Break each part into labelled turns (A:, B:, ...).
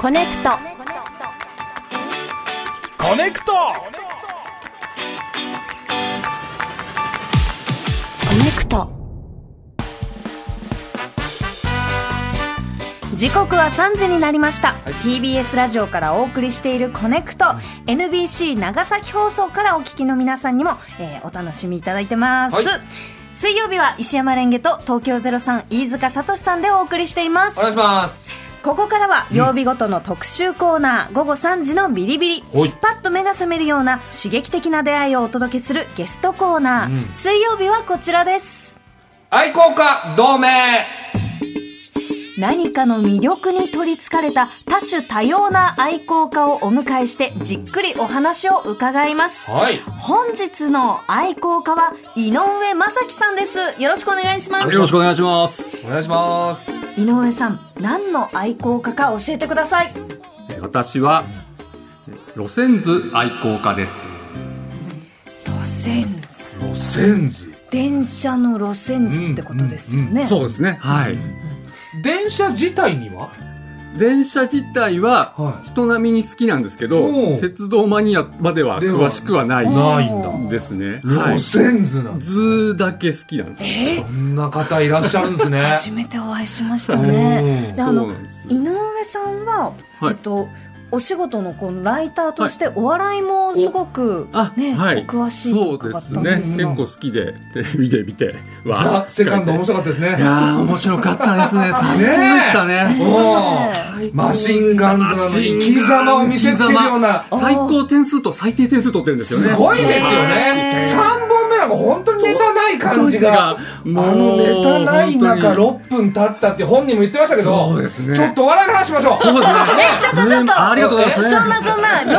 A: コネクト
B: コネクト
A: コネクト
C: 時刻は3時になりました、TBS ラジオからお送りしている「コネクト」NBC 長崎放送からお聞きの皆さんにも、えーお楽しみいただいてます、
D: はい
C: 水曜日は石山レンゲと東京03飯塚聡さんでお送りしています
D: お願いします
C: ここからは曜日ごとの特集コーナー、午後3時のビリビリ
D: はい
C: パッと目が覚めるような刺激的な出会いをお届けするゲストコーナー、水曜日はこちらです
D: 愛好家同盟
C: 何かの魅力に取りつかれた多種多様な愛好家をお迎えしてじっくりお話を伺います
D: はい
C: 本日の愛好家は井上正樹さんですよろしくお願いします
E: よろしくお願いします。
D: お願いします
C: 井上さん何の愛好家か教えてください
E: えー私は、路線図愛好家です。
C: 路線図
B: 路線図
C: 電車の路線図ってことですよね、
B: うんうん
E: そうですね。はい。
B: 電車自体には
E: 電車自体
B: は
E: はい人並みに好きなんですけ
B: お
E: ど、
B: う
E: 鉄道マニアまでは
B: では
E: 詳しくはない
B: ないん
C: お
B: だ
E: ですね。はい
B: 路。線図なんだ
E: 図だけ好きなんです。
C: え
B: そんな方いらっしゃるんですね
C: 初めてお会いしました ね。
B: うん
C: であの
E: そうなんです
C: 井
E: よ
C: 上さんは、
E: はい
C: えっとお仕事のこのライターとしてお笑いもすごく
E: あ
C: ね、
E: はい
C: お詳しい
E: そ
C: と伺
E: うで
C: っ
E: す
C: たん
E: ね。
C: です
E: 結
C: が、
E: 構好きで、テレビで見て、
B: ザ・セカンド面白かったです
E: い
B: ね
E: やー、面白かったですね。最高でしたね。
B: おー
C: ね
B: マシンガンズなのに生き様を見せつけるような
E: 最高点数と最低点数取ってるんですよね。
B: すごいですよ
C: へ
B: ね
C: ー
B: 3本目なんか本当にネタない感じが
E: もう
B: あのネタない中
E: 本
B: 6分経ったって本人も言ってましたけど
E: そうですね
B: ちょっとお笑いの話しましょう
E: 当にそうですね。
C: ちょっとちょっと
E: ありがとうございます。
C: そんなそんな路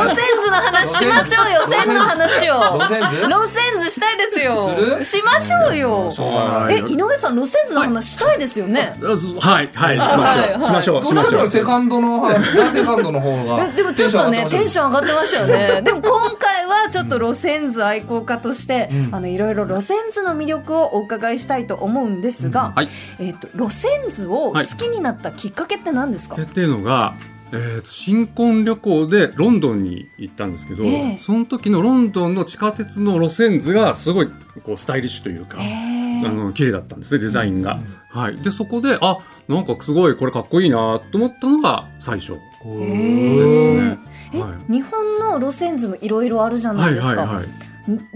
C: 線図の話しましょうよ
D: 路線
C: 線の話を
D: 路線図
C: 路線図したいですよ
D: する
C: しましょうよ
E: はい
C: え井上さん路線図の話したいですよね、
E: あそうはいはいしましょう、
C: はいはい
E: しましょう
B: ど
E: し
B: う
E: ま
B: し
E: しょ
B: の
E: う。
B: セカンドの話ザ・セカンドの方が
C: えでもちょっとねテン
B: ョン
C: ション上がってましたよねでも今回はちょっと路線図愛好家として、あのいろいろ路線図の魅力をお伺いしたいと思うんですが、
E: はい。
C: えっと路線図を好きになったきっかけって何ですか、
E: っていうのが。えーと新婚旅行でロンドンに行ったんですけど、
C: ええ
E: その時のロンドンの地下鉄の路線図がすごいこうスタイリッシュというか、
C: え
E: あ
C: ー
E: の綺麗だったんですねデザインが、はい、でそこであなんかすごいこれかっこいいなと思ったのが最初
C: え
E: です
C: ー
E: ね、
C: え
E: はい
C: 日本の路線図もいろいろあるじゃな
E: はいい
C: ですか、
E: はいはい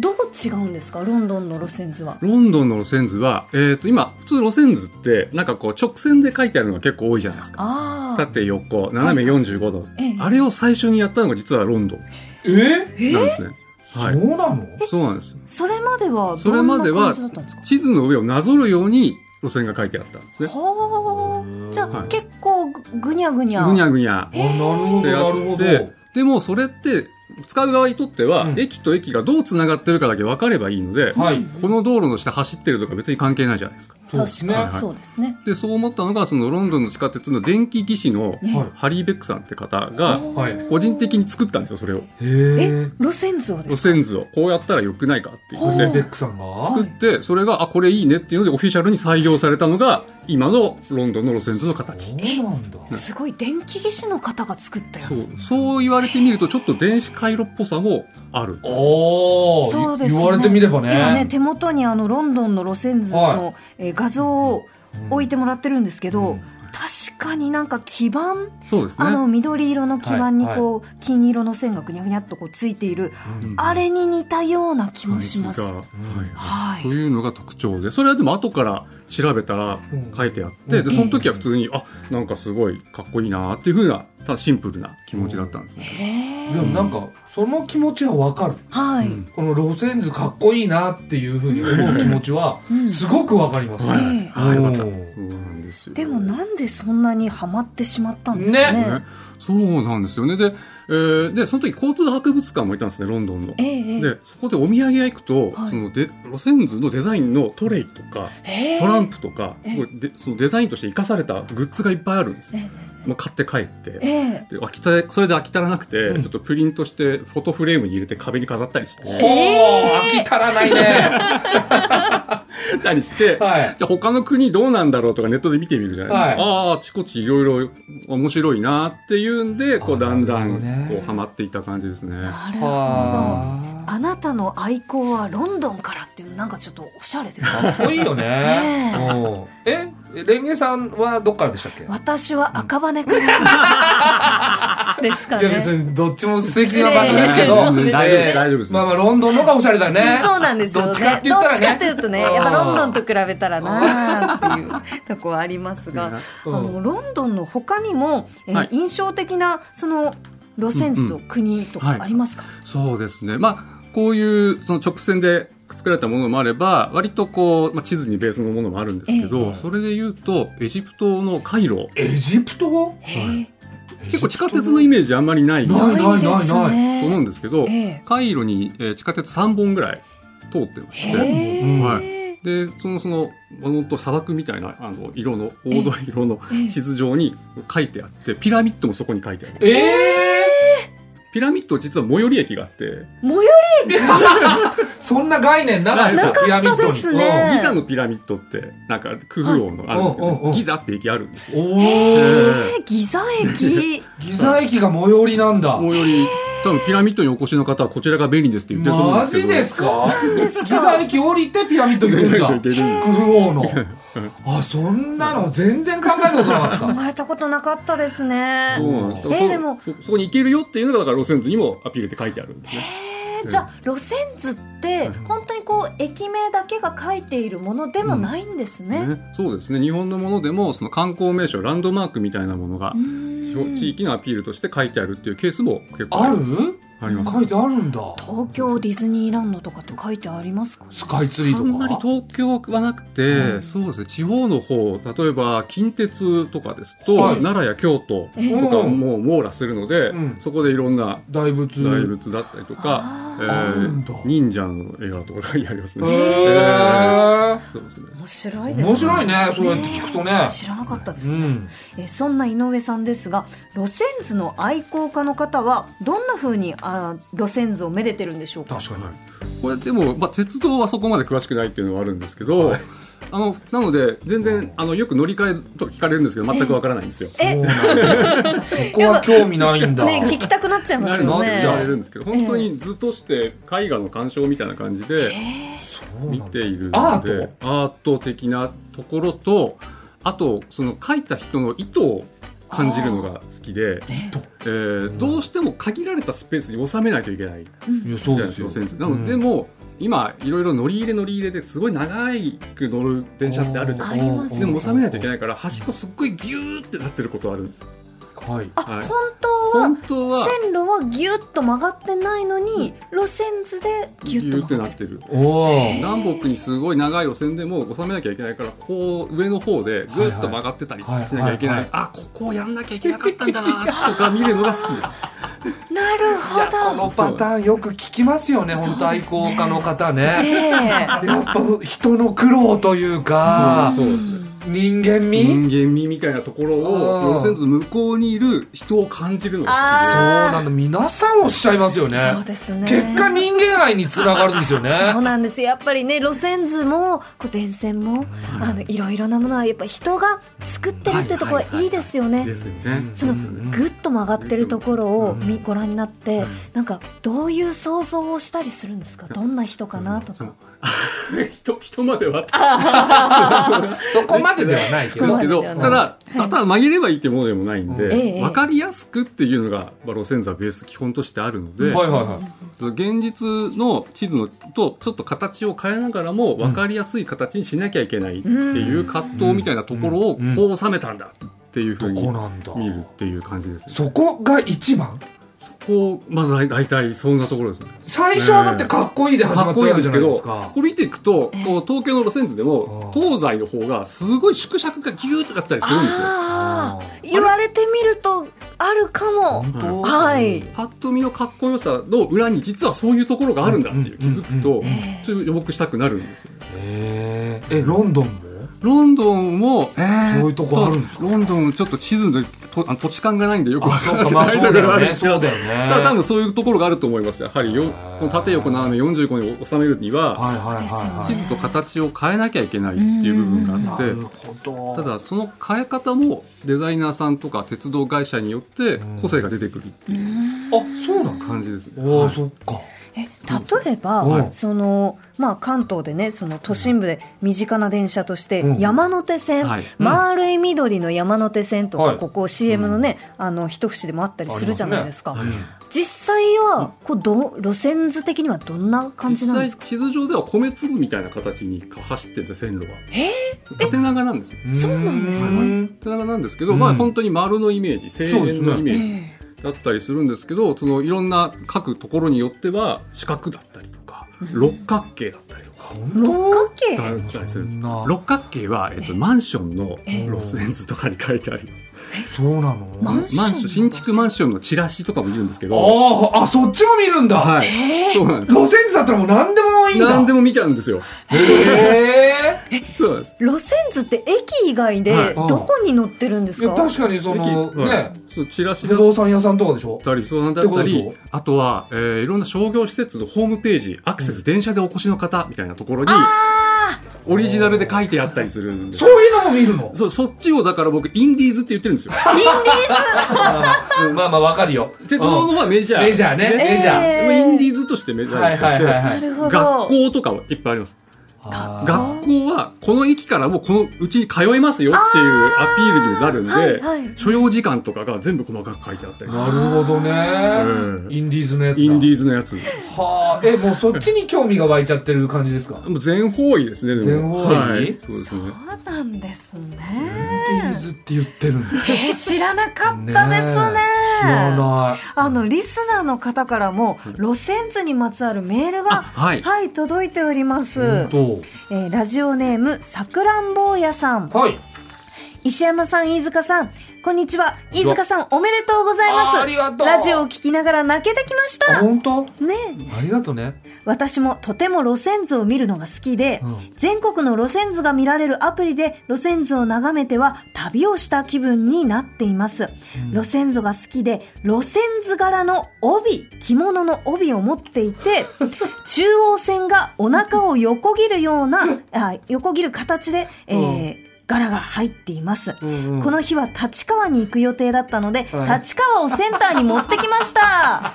C: どう違うんですかロンドンの路線図は
E: ロンドンの路線図は、えっ、と、今、普通路線図って、なんかこう、直線で書いてあるのが結構多いじゃないですか。
C: ああ
E: 縦横、斜め45度。
C: ええ
E: あれを最初にやったのが実はロンドン
B: え
E: なんですね。は
B: そ
E: い。
B: うなの
E: そうなんです。
C: それまでは
E: そ
C: ど
E: れ
C: ん
E: ま
C: な
E: では
C: 感じだったんですか
E: 地図の上をなぞるように路線が書いてあったんですね。
C: はあじゃあ、
E: はい
C: 結構ぐにゃぐにゃ
E: ぐにゃぐにゃ
B: あ。なるほど
E: で
B: な
E: あ
B: る
E: っ
B: ほ
E: て
B: ど、
E: でもそれって、使う側にとっては、
B: うん
E: 駅と駅がどう繋がってるかだけ分かればいいので、
B: はい
E: この道路の下走ってるとか別に関係ないじゃないですか。
B: そうですね
C: 確
E: はい
C: か
E: は
C: にそう
E: い
C: ですね
E: で、そう思ったのが、そのロンドンの地下鉄の電気技師の
C: ね
B: はい
E: ハリー・ベックさんって方が、
B: はい
E: 個人的に作ったんですよ、それを。
B: へー
C: 路線図をで
E: 路
C: すか
E: 線図を。こうやったら良くないかっていうの
C: ほう
E: で、
B: ベックさんが
C: は
E: 作って、それが、あ、これいいねっていうので、オフィシャルに採用されたのが、今のロンドンの路線図の形。
B: そうなんだ
C: すごい電気技師の方が作ったや
E: そ
C: つ
E: う、そう言われてみると、ちょっと電子回路っぽさもある。
B: おー
C: そうですね
B: 言われてみればね
C: 今ね手元にあのロンドンの路線図の、
B: は
C: えー画像を置い
B: て
C: てもらってるんですけど、
B: うん
C: 確かになんか基盤、
E: そうです
C: あ
E: ね。
C: の緑色の基盤に
B: はい
C: こう、金色の線がぐにゃぐにゃっとこうついている、あれに似たような気もします。
E: 感じがはい
C: はい
E: というのが特徴で、それはでも後から調べたら
B: うん
E: 書いてあって、で、その時は普通に、あ、なんかすごいかっこいいなっていうふうな、ただシンプルな気持ちだったんですね。
C: へ
B: でも
C: ー
B: なんかその気持ちはわかる
C: はい、
E: うん
B: この路線図かっこいいなっていうふうに思う気持ちは
C: うん
B: すごくわかります
E: はい
B: ね。
C: ええ
E: はい、よかった。
B: お
E: そう
B: ー
E: なんですよ。
C: でもなんでそんなにハマってしまったんですかね。
E: ね、そうなんですよね。で、えーで、その時交通博物館もいたんですね、ロンドンの。
C: えええ
E: で、そこでお土産屋行くと、
C: はい
E: そので路線図のデザインのトレイとか、
C: えええ
E: トランプとか、
C: え
E: すごいでそのデザインとして生かされたグッズがいっぱいあるんですよ。まあ、買って帰って。
C: ええ
E: で飽きたそれで飽き足らなくて、ちょっとプリントしてフォトフレームに入れて壁に飾ったりして
B: ほー、飽き足らな いね。
E: たりして、
B: はい
E: で他の国どうなんだろうとかネットで見てみるじゃないですか、あああちこちいろいろ面白いなっていうんでこうだんだ
B: なるほ
E: ん
B: どね
E: こうハマっていった感じですね。
C: なるほど。
B: は
C: あなたの愛好はロンドンからっていうのなんかちょっとおしゃれですね。
B: ー。かっこいいよね
C: ね。え
B: うんえ、レンゲさんはどっからでしたっけ
C: 私は赤羽から、 ですから
B: いや
C: ね。
B: 別にどっちも素敵な場所ですけど、
C: ええ
E: 大丈夫です
B: ええ
E: 大丈夫です
B: まあまあロンドンの方がおしゃれだね。
C: そうなんですよ、ね。
B: どっちかって言ったらね
C: どっちかっていうとね、
B: うん
C: やっぱロンドンと比べたらなあっていうとこはありますが、
B: うん
C: あのロンドンの他にも、えー
E: はい
C: 印象的なその路線図と国と
E: うんう
C: か
E: ん
C: ありますか、
E: そうですね。まあ、こういうその直線で作られたものもあれば、割とこう、まあ、地図にベースのものもあるんですけど、
B: ええ
E: それで言うと、エジプトのカイロ、
B: エジプト語
C: へー
E: 結構地下鉄のイメージあんまりないと
B: ないない
C: で
B: ない
C: す
B: ない
E: 思う
C: ね。
E: んですけど、
C: え
E: カイロに、えー地下鉄3本ぐらい通ってまし
C: へ
E: て、
C: ー
E: はで、その、その、本当砂漠みたいな、あの、色の、黄土色の
C: ええ
E: 地図上に書いてあって、ピラミッドもそこに書いてある。
B: ええ
E: ピラミッド実は最寄り駅があって、
C: 最寄
B: そんな概念なかっ
E: な
B: た
E: かった
B: ピラミッドに。
C: ですね
E: ギザのピラミッドって、なんか、クフ王のあるんですけ
B: はいうんうんう
E: ど、
B: ん
E: ギザって駅あるんですよ。
B: うんおー
E: え
C: りギザ駅
B: ギザ駅が最寄りなんだ
E: ー。もうより、多分ピラミッドにお越しの方はこちらが便利ですって言ってると思うん
B: マ
E: ですけ
B: ジ
E: ど。
B: ですか
C: ですか
B: ギザ駅降りてピラミッド行くん
E: ピラミッ
B: だ
E: ド行け るんだ
B: クフ王のあそんなの全然考えたことなかっ
C: 考えたことなかったですね
E: そ。うなんです。
C: えーでも
E: そそこに行けるよっていうのが、だから路線図にもアピールって書いてあるんですね。
C: えじゃあ路線図って本当にこう駅名だけが書いているものでもないんですね。
E: ねそうですね。日本のものでも、その観光名所、ランドマークみたいなものが、
C: うん
E: 地方地域のアピールとして書いてあるっていうケースも結
B: た
E: 構
B: あ
E: り
B: る
E: ますあります。
B: 書いてあるんだ
C: 東京ディズニーランドとかって書いてありますか。
B: スカイツリー
E: あ
B: と
E: んまり
B: か
E: 東京はなくて、
C: うん
E: そうですね、地方の方、例えば近鉄とかですと、
B: はい
E: 奈良や京都
C: え
E: とかもう網羅するので、
B: うん
E: そこでいろんな
B: 大仏
E: 大仏だったりとか、
C: あ
E: え
C: ー
B: あ
E: ー
B: るんだ
E: 忍者の映画とか書いてあります
B: へ
E: ね。
B: ー
E: そうですね。
C: 面白いですね。
B: 面白いねそうやって聞くとね
C: 知らなかったで
B: う
C: すね。
B: ん
C: えそんな井上さんですが路線図の愛好家の方はどんな風にあー路線図をめでてるんでしょうか
B: 確かに
E: これでも、まあ、鉄道はそこまで詳しくないっていうのはあるんですけど、あのなので全然あのよく乗り換えとか聞かれるんですけど全くわからないんですよ。
C: え
B: そうなんだそこは興味ないんだ
C: ね聞きたくなっちゃいま
E: な
C: す
E: るの
C: よ
E: って
C: ね
E: 言われるんですけど本当に図として絵画の鑑賞みたいな感じで
B: そう
E: 見
B: なんだ
E: ているので
B: アート
E: アート的なところとあとその描いた人の意図を感じるのが好きで、えーどうしても限られたスペースに収めないといけない
B: いやそう
E: じ
B: で
E: ゃない
B: す
E: で
B: よ
E: すか路線図なので、でも今いろいろ乗り入れ乗り入れですごい長いく乗る電車ってあるじゃ
C: あ
E: な
C: ー
E: い
C: ります
E: でも収めないといけ
B: い
E: ないから端っこすっごいギューってなってることあるんです
B: はい
C: あ、
E: はい
C: 本当は
E: 本当は
C: 線路はギュッと曲がってないのに、路線図でギ
E: ギ
C: ュ
E: ュ
C: ッ
E: ー
C: と
E: って
C: 曲
E: な
C: がっ
E: って
C: る
E: てる
B: おー
E: 南北にすごい長い路線でも収めなきゃいけないからこう上の方でぐっと曲がってたりし
B: はいはい
E: なきゃいけない、
B: はいはい
E: あここをやんなきゃいけなかったんだなとか見るのが好きだ
C: なる
B: こ
C: ほど
B: のパターンよく聞きますよね
C: そう
B: 本当愛好家の方ね
C: え
B: やっぱ人の苦労というか
E: そう
B: 人間味、
E: 人間味みたいなところ
B: あー
E: をその路線図の向こうにいる人を感じるのが
B: そう
E: す
B: なの皆さんおっしゃいますよ
C: えそう
B: ね
C: ですね
B: 結果人間愛につながるんですよね
C: そうなんですやっぱりね路線図もこう電線もあのいろいろなものはやっぱ人が作ってるってところ
E: はいはい
C: が
E: はい
C: いいですよね、
E: ごいですよね。
C: そのぐっと曲がってるところを見ご覧になって、なんかどういう想像をしたりするんですかどんな人かなと
E: そ
C: か
E: う 人人までは
B: そこまでではないけ
E: で
B: ど
E: すけど、
C: そうな
E: た
C: んだよね
E: だ、ただ曲げればいいってものでもないん
B: うん
C: え
E: で、
C: え
E: わかりやすくっていうのが、まあ路線図はベース基本としてあるので、
B: はいはいはい
E: その現実の地図のとちょっと形を変えながらも分かりやすい形にしなきゃいけないっていう葛藤みたいなところを
B: うん
E: こう収めたんだっていうふう
B: どこ
E: に
B: なんだ
E: 見るっていう感じですね。
B: そこが一番
E: そこをまず大大体そんなところですね。
B: 最初はだってかっこいいで始
E: か
B: まっ
E: っこ
B: た
E: いい
B: わ
E: ん
B: けじゃ
E: ですけ
B: ない
E: ど、
B: です
E: こ
B: か
E: れ見ていくと、こう東京の路線図でも
B: あー
E: 東西の方がすごい縮尺がギューってなったりするんですよ。
C: ああ言われてみるとあるかも
B: 本当
C: はい
E: パッと見のかっこよさの裏に実はそういうところがあるんだっていう気づく
B: うんうん
E: と
B: うん
E: ちょっと予告したくなるんですよね
B: へーえロンドンも
E: ロンドンも、えー
B: そういうとこあるんです
E: ロンドンちょっと地図でとあの土地勘がないんでよく分
B: そう
E: かっ
B: か
E: て
B: まあ
E: ない
B: そう
E: とこ
B: だ
E: ろがあ
B: よ
E: るん
B: ね
E: ですけど
B: そうだよ
E: ただ多
B: ね
E: 分そういうところがあると思いますやはりよこの縦横斜め45に収めるには
B: はいはいはいは
E: 地
B: い
E: 図と形を変えなきゃいけないっていう部分があっ
B: な
E: て、
B: るほ
E: た
B: ど
E: だその変え方もデザイナーさんとか鉄道会社によって個性が出てくるっていう
B: あそうなの
E: 感じですね。
B: お
E: は
B: お
E: い
B: そっか
C: え例えば、
B: はい
C: そのまあ、関東でねその都心部で身近な電車として
B: うん
C: 山手線、
E: はい
C: 丸い緑の山手線とか、
B: はい
C: ここ CM のね、あの一節でもあったりするじゃないですか
B: ありますね
C: 実際はこうど路線図的にはどんな感じ
E: 実
C: なんで
E: 際
C: すか
E: 地図上では米粒みたいな形に走ってるんですよ線路が
C: え
E: 縦長なんですよ
B: うん
C: そうなんですね
B: うん
E: 縦長なんですけど、
B: うん
E: まあ本当に丸のイメージ
B: う
E: 正
B: です
E: 円
B: ね
E: のイメージ
C: え
E: だったりするんですけどそのいろんな各ところによっては四角だったりとか六角形だったりとか
C: え六角形
E: だったりするんです
B: そんな
E: 六角形は、えっと、マンションの路線図とかに書いてある
B: そうなの
C: マンション
E: マンション新築マンションのチラシとかも見るんですけど、
B: あああそっちも見るんだ、
E: はい、そうなんです。
B: 路線図だったらもう何でもいいんだ
E: 何でも見ちゃうんですよ。
B: へえ
E: そうなんです。
C: 路線図って駅以外
E: はい
C: でどこに乗ってるんです
B: い
C: か、
B: や確かにその
E: 駅は
B: ね
E: いそうチラシ
B: 不
E: だっ
B: 動産屋さんとかでしょ
E: たり、相談だった
B: ってこ
E: り
B: とで、
E: あとは、えーいろんな商業施設のホームページ、アクセス、電車でお越しの方みたいなところに、オリジナルで書いてあったりするんです
B: そ。ういうのも見るの
E: そうそっちをだから僕、インディーズって言ってる んですよ。
B: うんまあまあわかるよ
E: 鉄道のはメジャー。
B: うんメジャーねメジャー
E: でもインディーズとしてメジャ
B: はい
E: ー
B: はいはいは
C: ないるほど
E: 学校とかはいっぱいあります。
B: あー
E: 学校はこの駅からもうこのうちに通えますよっていうアピールにもなるんで、
C: はいはい
E: 所要時間とかが全部細かく書いてあったり、
B: なるほどね、
E: うん
B: インディーズのやつだ
E: インディーズのやつ
B: はあえもうそっちに興味が湧いちゃってる感じですかイン
E: もう全方位ですねでも
B: 全方位
E: はい、そうですね
C: そうなんですね
B: ディーズって言ってるんだ
C: えー知らなかったですね
B: ね知らない
C: あのリスナーの方からも路線図にまつわるメールが
E: はい
C: はい届いております、
B: 本
C: えーラジオネームさくらんぼうやさん
B: 当はい
C: 石山さん飯塚さんこんにちは飯塚さんおめでとうございます
B: あーありがとう
C: ラジオを聞きながら泣けてきまし
B: あ
C: た
B: 本当
C: ねえ
B: ありがとうね
C: 私もとても路線図を見るのが好きで、
B: うん
C: 全国の路線図が見られるアプリで路線図を眺めては旅をした気分になっています、路線図が好きで路線図柄の帯着物の帯を持っていて中央線がお腹を横切るようなあ横切る形で、えー柄が入っています、この日は立川に行く予定だったので、
B: はい
C: 立川をセンターに持ってきました。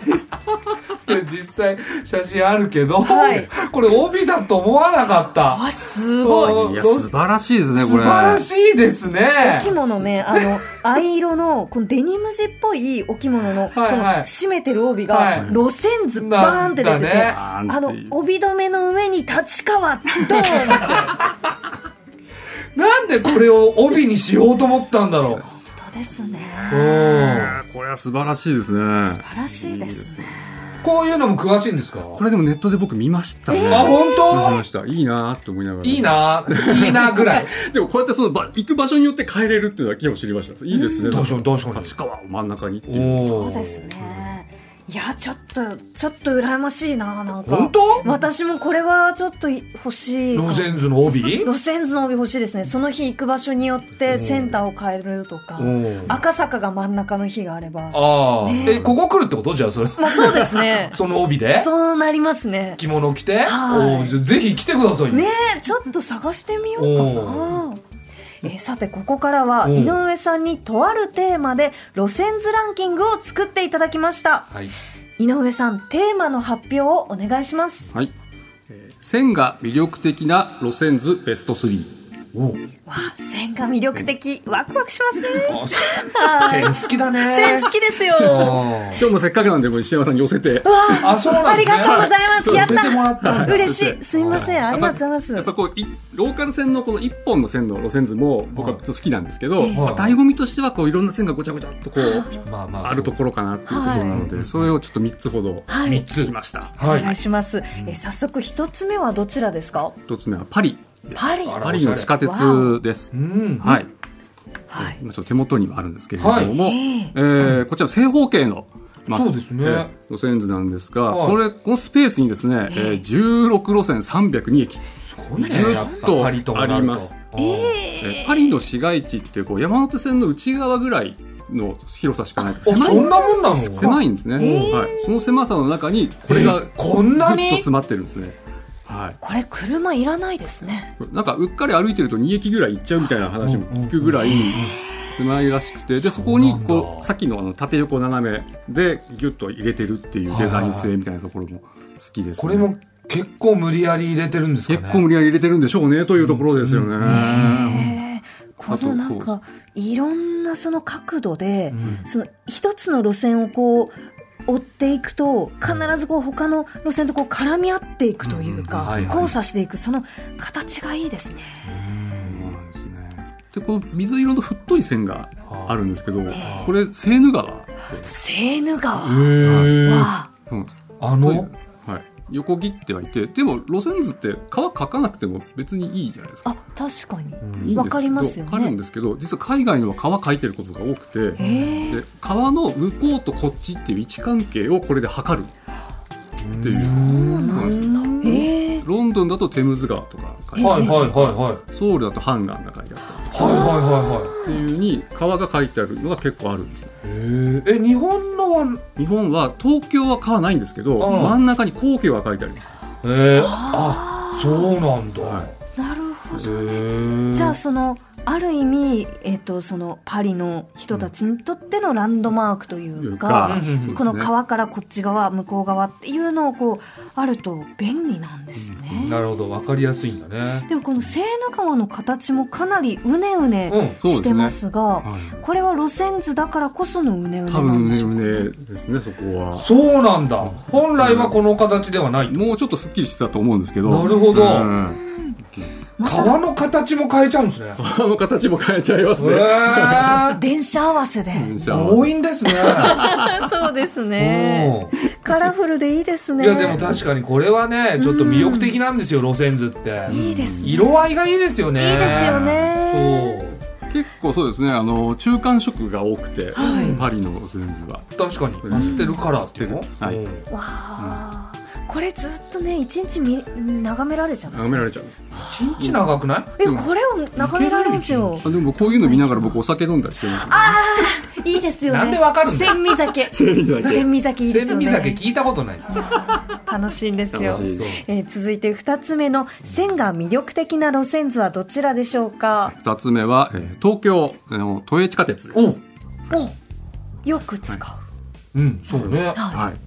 B: 実際写真あるけど、
C: はい
B: これ帯だと思わなかった
C: あ、すごい。
B: うん
E: いや素晴らしいですねこれ
B: 素晴らしいですね
C: お着物ね、あの、藍色の、このデニム地っぽいお着物の、この
B: はいはい
C: 締めてる帯
B: はい
C: が、路線図バーンって出てて、
B: なんだね
E: あ
C: あの、帯留めの上に立川、 ドーンって。
B: なんでこれを帯にしようと思ったんだろ
C: 本当ですね。
B: ううん
E: これは素晴らしいですね
C: 素晴らしいですね。
B: こういうのも詳しいんですか
E: これでもネットで僕見ましたね、
B: あ本
E: 見
B: 当
E: ましたいいなーって思いながら
B: いいないいなぐ らい
E: でもこうやってそのば行く場所によって変えれるっていうのは昨日知りましたいいですね
B: 確かに確かに
E: 立川を真ん中にっていう
B: おー
C: そうですね。いや、ちょっと、ちょっと羨ましいな、なんか。
B: 本当
C: 私もこれはちょっとい欲しいかも。
B: 路線図の帯
C: 路線図の帯欲しいですね。その日行く場所によってセンターを変えるとか。
B: うん
C: 赤坂が真ん中の日があれば。
B: ああえここ来るってことじゃあ それ。
C: まあそうですね
B: その帯で
C: そうなりますね。
B: 着物着て
C: はい
B: おうぜぜひ来てくださいよ
C: ねえ、ちょっと探してみようかな。えーさて、ここからは
B: うん
C: 井上さんにとあるテーマで路線図ランキングを作っていただきました。
B: はい
C: 井上さん、テーマの発表をお願いします。
E: はい、えー線が魅力的な路線図ベスト3
B: おう
C: わあ、線が魅力的。ワクワクしますね。
B: あせ
C: はい
B: 線好き だね
C: 線好きですよ。
B: あ
E: 今日もせっかくなんでもう石山さんに寄せて
B: ーあそうな
C: あ
B: んで
C: り
B: すね
C: がとうございます。やっ
B: 教えてもらったん
C: た。
B: だ
C: 嬉しい。すいません。ありがとうござい
E: やっ
C: ます
E: ぱ。こういローカル線のこの1本の線の路線図も僕は好きなんですけど、
C: はい
E: まあ、醍醐味としてはこういろんな線がごちゃごちゃっとこう
B: まあまあ
E: あるところかなっていうところなので、それをちょっと3つほど
C: はい
E: 3つきました、
B: ろは
C: お願い
B: い
C: します。えー早速一つ目はどちらですか。
E: 1つ目はパリです
C: パリ。
B: あら
E: パリの地下鉄です
B: うん
E: はい
C: はい。
E: 今ちょっと手元にはあるんですけれども、
B: はい
E: え
C: ええ
E: ーこちら正方形の、まあ
B: そうですね
E: えー路線図なんですが、
B: はい
E: これこのスペースにですね、えー16路線302駅
B: すごいね
E: ずっと
B: やぱパリともなる
E: あります
B: と
C: え
E: えーパリの市街地ってこう山手線の内側ぐらいの広さしかないと
B: あ
E: 狭
B: そ
E: い
B: んなもんなの
E: 狭いんですね、
C: ー
E: はい、その狭さの中にこれがぐっと
B: こんなに
E: 詰まってるんですね、はい、
C: これ車いらないですね
E: なんかうっかり歩いてると2駅ぐらい行っちゃうみたいな話も聞くぐらい狭いらしくてでそこに
B: そうなん
E: こ
B: だ
E: うさっきのあの縦横斜めでギュッと入れてるっていうデザイン性みたいなところも好きです、ね、
B: これも結構無理やり入れてるんですかね
E: 結構無理やり入れてるんでしょうねというところですよね。
C: へえこ
E: あと
C: のなん
E: そう
C: かいろんなその角度で、
B: ん
C: その一つの路線をこう追っていくと必ずこう他の路線とこう絡み合っていくという
B: うん
C: か
B: はいはい
C: 交差していくその形がいいですね。
E: そうなんですねでこの水色の太い線があるんですけど、
C: あ
E: これセーヌ川って
C: セーヌ川
B: へー
C: は
E: そうなんです
B: あの
E: はい、横切ってはいてでも路線図って川描かなくても別にいいじゃないですか。
C: あ確かに。
E: いいんですけど
C: わかりますよね
E: わかるんですけど実は海外のは川描いてることが多くて
C: えー、
E: で川の向こうとこっちっていう位置関係をこれで測るっていう。
C: そうなんだ。えー、
E: ロンドンだとテムズ川とか書いてあ
B: はい
E: る
B: はいはいはい
E: ソウルだとハンガンが書いてあったりとか
B: はいは
E: っていうふうに川が書いてあるのが結構あるんですね
B: いはいはいへええ日本のは
E: 日本は東京は川ないんですけど
B: うん
E: 真ん中に皇居が書いてあります
B: えー、あ
C: あ
B: そうなんだ、
E: は
C: あなるほど。
B: へえ
C: じゃあそのある意味、えっとそのパリの人たちにとってのランドマークとい
E: いうう
C: か。
E: か
B: うんうんうん
E: そうですね
C: この川からこっち側向こう側っていうのをこうあると便利なんですね。
B: なるほどわかりやすいんだね
C: でもこのセーヌ川の形もかなりうねうね
B: うん
E: そうですね
C: してますが、
E: はい
C: これは路線図だからこそのうねうね
E: 多
C: なんで
E: 分ね
C: しょうか、
E: うねですねそこは
B: そうなんだ本来はこの形ではない、
E: もうちょっとすっきりしてたと思うんですけど
B: なるほど
E: うん
C: また
B: 川の形も 変えちゃうんですね
E: 川の形も変えちゃいます
B: へ
E: ね
B: え
C: 電車合わせで
B: 強 引ですね
C: そうです
B: うん
C: カラフルでいいですね
B: いやでも確かにこれはねちょっと魅力的なんですよ路線図って
C: いいですね
B: 色合いがいいですよね
C: いいですよね
B: そ
E: 結構そうですねあの中間色が多くて
C: はい
E: パリの路線図は
B: う確かにパステルカラーっていうの
E: パステルはい
B: うん
C: わあ、これずっとね一日み眺められちゃうんです
E: 眺
C: よ
E: められちゃうんです
B: 一日長くない
C: えこれを眺められるんですよ
E: あでもこういうの見ながら僕お酒飲んだりしてます
C: いいですよね
B: なんでわかるんだ
C: 千味酒 千味酒いいですよ
B: 千
C: ね
B: 味酒聞いたことないですね
C: 楽しいんですよ
E: 楽しい
B: そう
C: えー続いて2つ目の線が魅力的な路線図はどちらでしょうか
E: 二つ目は、えー東京の都営地下鉄です
B: お
C: およく使う、
B: うんそうね
E: はい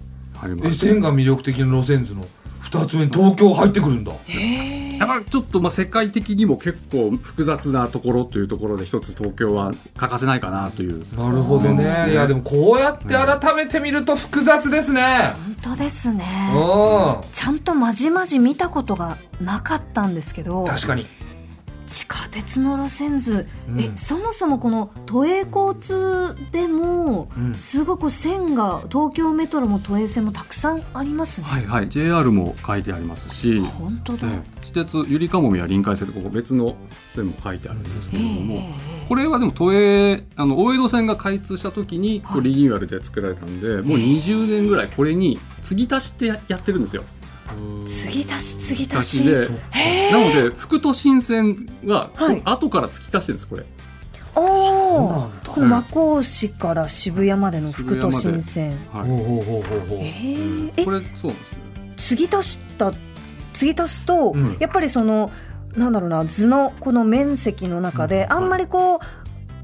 E: ありま
B: え
E: す
B: 線が魅力的な路線図の二つ目に東京入ってくるんだ
E: やっぱりちょっとまあ世界的にも結構複雑なところというところで一つ東京は欠かせないかなという
B: なるほどねいやでもこうやって改めて見ると複雑ですね
C: 本当ですね
B: う
C: ちゃんとまじまじ見たことがなかったんですけど
B: ん確かに
C: 地下鉄の路線図、
B: うん
C: えそもそもこの都営交通でも、
B: うん
C: すごく線が東京メトロも都営線もたくさんありますね、
E: はいはい JR も書いてありますし、
C: 本当
E: え
C: だ、
E: ー私鉄ゆりかもめや臨海線とここ別の線も書いてあるんですけ
C: え
E: れ
C: え
E: ども、
C: え
E: これはでも都営あの大江戸線が開通した時にこ
C: は
E: う
C: い
E: リニューアルで作られたんで、もう20年ぐらいこれに継ぎ足してややってるんですよ。
C: え継ぎ足し継ぎ
E: な
C: 足し
E: で
C: へえ
E: なので副都心線は
C: はい
E: 後から突き足してるんですこれ
C: おおー
B: んだ
C: これ和光市から渋谷までの副都心線
E: は
B: ほ
E: い
B: うほうほうほうほう
C: えーえ
E: これそうなんですね
C: 継ぎ足した継ぎ足すと、
B: うん
C: やっぱりそのなんだろうな図のこの面積の中で、あんまりこう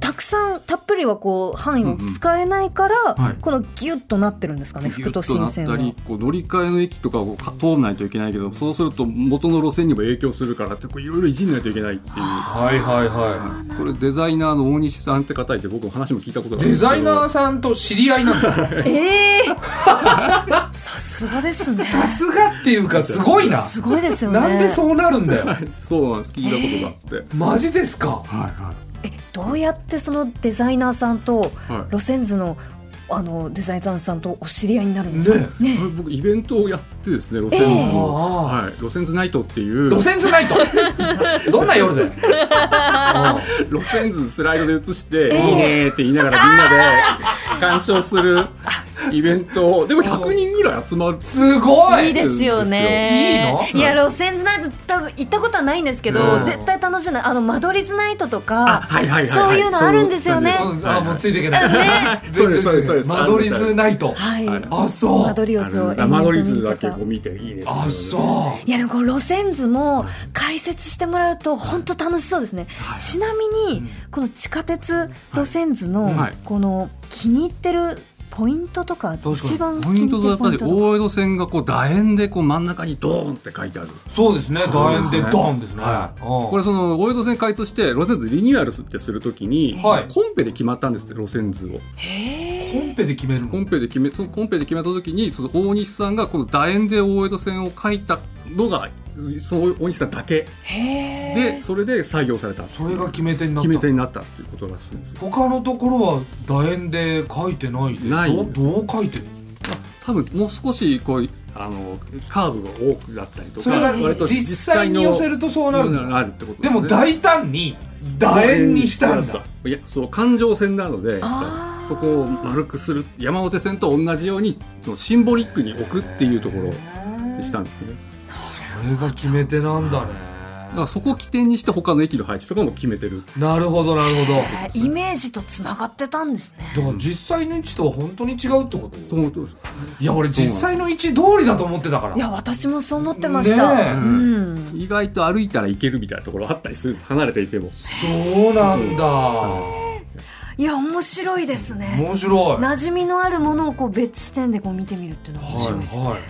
C: たくさんたっぷりはこう範囲を使えないから、
E: うんはい
C: このギュッとなってるんですかね
E: ギ
C: 副
E: ュ
C: 都
E: ッと
C: 心
E: なった
C: 線は。
E: りこう乗り換えの駅とかをか通らないといけないけどそうすると元の路線にも影響するからってこういろいろいじんないといけないっていう
B: はいはいは
E: これデザイナーの大西さんって方いて僕も話も聞いたこと
B: い
E: があるん
B: デ
E: ですけど
B: ザイナーさんと知り合いなん ですよ
C: ええ さすがですね。
B: さすがっていうかすごいな
C: すごいですよね。
B: なんでそうなるんだよ
E: そうなんです聞いたことがあって、
B: マジですか
E: はいは
C: えどうやってそのデザイナーさんと
E: いはい
C: 路線図のあのデザイナーさんとお知り合いになるんですか
B: ね
C: ね
E: これ僕イベントをやってですね路線図
C: ええ
E: の、
B: あ
E: はい、路線図ナイトっていう
B: ー路線図ないと どんな夜だよう
E: 路線図スライドで映して「
C: ええ
E: いいね」って言いながらみんなで鑑賞するイベントでも100人ぐらい集まる
B: すご
C: いい
B: い
C: ですよね
B: いいの
C: いや路線図なんて多分行ったことはないんですけど、
E: うん
C: 絶対楽しいなあの間取り図ナイトと
E: あ
C: か
E: はいはいはい、はい、
C: そういうのあるんですよね
E: そう
B: うんあもうついていけない
C: ね
E: そうですそうですそうです
B: マドリズナイト
C: はい、
E: はい
B: あそ
C: 間
B: う
C: 取りをそう
E: あマドリズだけ
C: 延々
E: ことう見ていいですね
B: あそ
C: いやでもこの路線図も解説してもらうと本当楽しそうですね、ちなみにこの地下鉄路線図の
E: はい
C: この気に入ってるポイントとか
E: 確かに
C: 一番気
E: ポ
C: に
E: イントと
C: 入
E: や
C: ってるポイン
E: っぱり
C: トとか
E: 大江戸線がこう楕円でこう真ん中にドーンって書いてある
B: うそうですね楕円でドンですね
E: はいこ
B: こ
E: れその大江戸線開通して路線図リニューアルってするときに、
B: はい
E: コンペで決まったんですって路線図を
B: コンペで決めるの
E: コンペで決めそのコンペで決めたときにその大西さんがこの楕円で大江戸線を書いたのがその大西さんだけでそれで採用された
B: それが決め手にな
E: 決め
B: った
E: 手になったっていうことらしいんですよ
B: 他のところは楕円で書いてないで
E: ない
B: どどう書いてる
E: 多分もう少しこうあのカーブが多くなったりとか
B: それが
E: 割と
B: 実際に寄せるとそうなるんだ
E: あるってこと
B: ですも
E: ね
B: 大胆に楕円にしたんだ
E: いやそう環状線なので
C: あー
E: そこを丸くする山手線と同じようにそのシンボリックに置くっていうところにしたんですね
B: それが決め手なんだね
E: だからそこを起点にして他の駅の配置とかも決めてる
B: なるほどなるほどだ
C: えーイメージとつながってたんですね
B: から実際の位置とは本当に違うってこと
E: そういうことです
B: いや俺実際の位置通りだと思ってたから
C: いや私もそう思ってました、
B: ねえ
C: うん
E: 意外と歩いたら行けるみたいなところあったりするんです離れていても
B: そうなんだ
C: いや面白いですね
B: 面白い
C: 馴染みのあるものをこう別視点でこう見てみるっていうのは面白いですね、
B: はいはい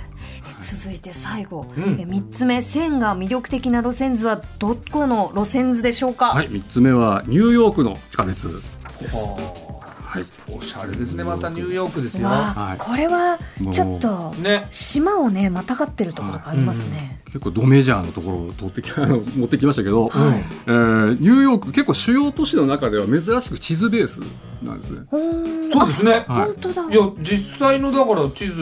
C: 続いて最後、
B: ん
C: え3つ目線が魅力的な路線図はどこの路線図でしょうか、
E: はい3つ目はニューヨークの地下鉄ですはい
B: おしゃれですねまたニューヨークですよ
C: わあ、
E: はい
C: これはちょっと
B: ね
C: 島をねまたがってるところがありますね、
E: 結構ドメジャーのところを取ってきあの持ってきましたけど、
C: はい
E: えーニューヨーク結構主要都市の中では珍しく地図ベースなんですね
C: うーん
B: そうですね
C: あ
E: はい
C: 本当だ
B: いや実際のだから地図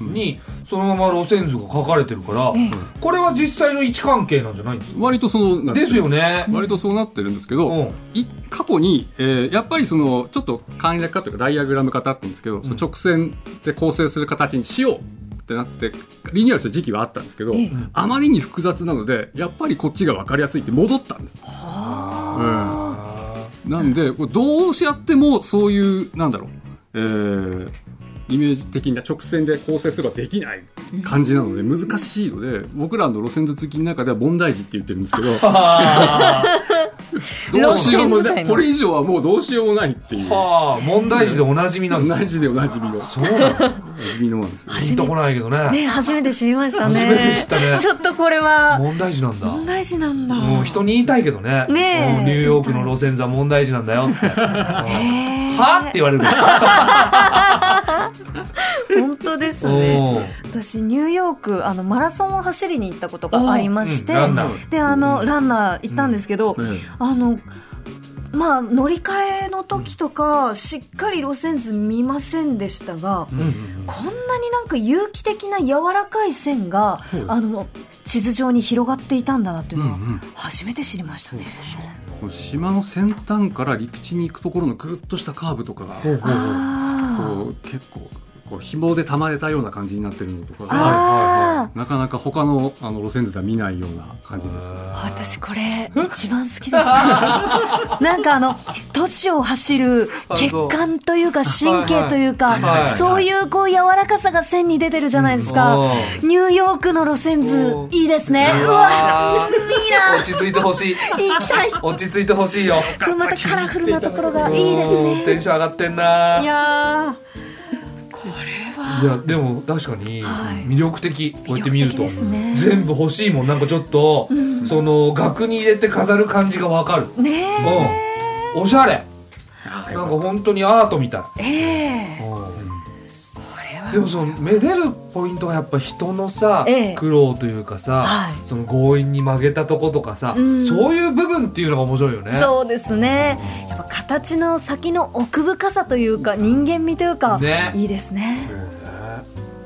B: にそのまま路線図が書かれてるから、
C: ええ
B: これは実際の位置関係なんじゃないんですか
E: 割とそのなんて
B: で
E: いう
B: すよね。
E: 割とそうなってるんですけど、
B: うん
E: い過去に、えーやっぱりそのちょっと簡略化というかダイアグラム型って言うんですけど、その直線で構成する形にしようってなってリニューアルした時期はあったんですけど、
C: ええ
E: あまりに複雑なのでやっぱりこっちが分かりやすいって戻ったんです。うんなんでこれどうやってもそういうなんだろう、えーイメージ的な直線で構成すればできない感じなので難しいので僕らの路線図好きの中では問題児って言ってるんですけど。
B: は
E: どうしようも
C: 路線図みた
E: ないい。
C: な
E: これ以上はもうどうしようもないっていう。
B: あ、問題児でおなじみなんです
E: 同
B: ね。
E: じでおなじみの。そうおなじみのなんですけど。
B: ピンとこないけどね。
C: ね初めて知りましたね
B: 初めて知ったね
C: ちょっとこれは
B: 問題児なんだ。
C: 問題児なんだ
B: もう人に言いたいけどね。
C: ねえ
B: うんニューヨークの路線座問題児なんだよって。
C: え
B: はって言われる。
C: ー本当ですね私ニューヨークあのマラソンを走りに行ったことがありまして、
B: うんランナー
C: であのランナー行ったんですけど、
E: うんええ
C: あのまあ乗り換えの時とかしっかり路線図見ませんでしたが、こんなになんか有機的な柔らかい線があの地図上に広がっていたんだなっていうのは初めて知りましたね。
E: この島の先端から陸地に行くところのぐっとしたカーブとかが、こ
C: あ
E: う結構、こう紐で束ねたような感じになってるのとか
C: ー
E: が、
C: あ
E: なかなか他のあの路線図では見ないような感じですね。
C: ー私これ一番好きですなんかあの都市を走る血管というか神経という
B: はいはいはい
C: か
B: はい
C: そういうこう柔らかさが線に出てるじゃないですか。ニューヨークの路線図
B: お、ー
C: いいですね。う
B: う
C: わ
B: わ、
C: いい
B: 落ち着いてほしい。
C: な、行きたい。
B: 落ち着いてほしいよ。
C: またカラフルなところがいいです
B: うんテン
C: ね。。
B: ション上がってんない
C: や
B: いやでも確かに
C: はい
B: 魅力的、こうやって見る
C: 魅力的
B: と、
C: ですね
B: 全部欲しいもんなんかちょっと、その額に入れて飾る感じがわかる、
C: ー、ね
B: うんおしゃれ
E: あ
B: なん
E: ーや
B: か
E: っぱ
B: 本当にアートみたい、
C: え、ええ、
B: でもそのめでるポイントがやっぱ人のさ、
C: ええ
B: 苦労というかさ、
C: はい
B: その強引に曲げたとことかさ、
C: うん
B: そういう部分っていうのが面白いよね
C: そうですね。やっぱ形の先の奥深さというか、人間味というか、
B: ね
C: いいですね。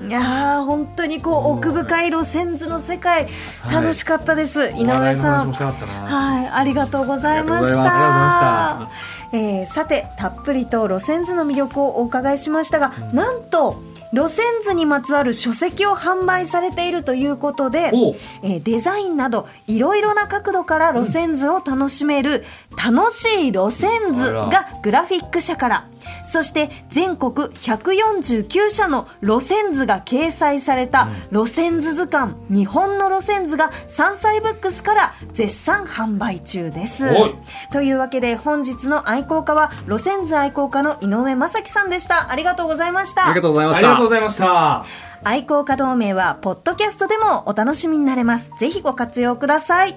C: いやー本当にこう奥深い路線図の世界
B: はい
C: 楽しかったです、井上
B: お笑いの話
C: さん
B: もしたかったな
C: はいありがとうございま
E: ありがとうございま
C: し
E: す
C: た
B: ありがとうございました
C: えーさてたっぷりと路線図の魅力をお伺いしましたが、なんと路線図にまつわる書籍を販売されているということで、
B: おう
C: えーデザインなどいろいろな角度から路線図を楽しめる「楽しい路線図」
B: あ
C: がグラフィック社からそして全国149社の路線図が掲載された「路線図図鑑日本の路線図」が山菜ブックスから絶賛販売中です
B: おい。
C: というわけで本日の愛好家は路線図愛好家の井上正樹さんでしたありがとうございました
E: ありがとうございま
B: あ
E: し
B: りがとう
E: た
B: ご。ざいました。
C: 愛好家同盟はポッドキャストでもお楽しみになれますぜひご活用ください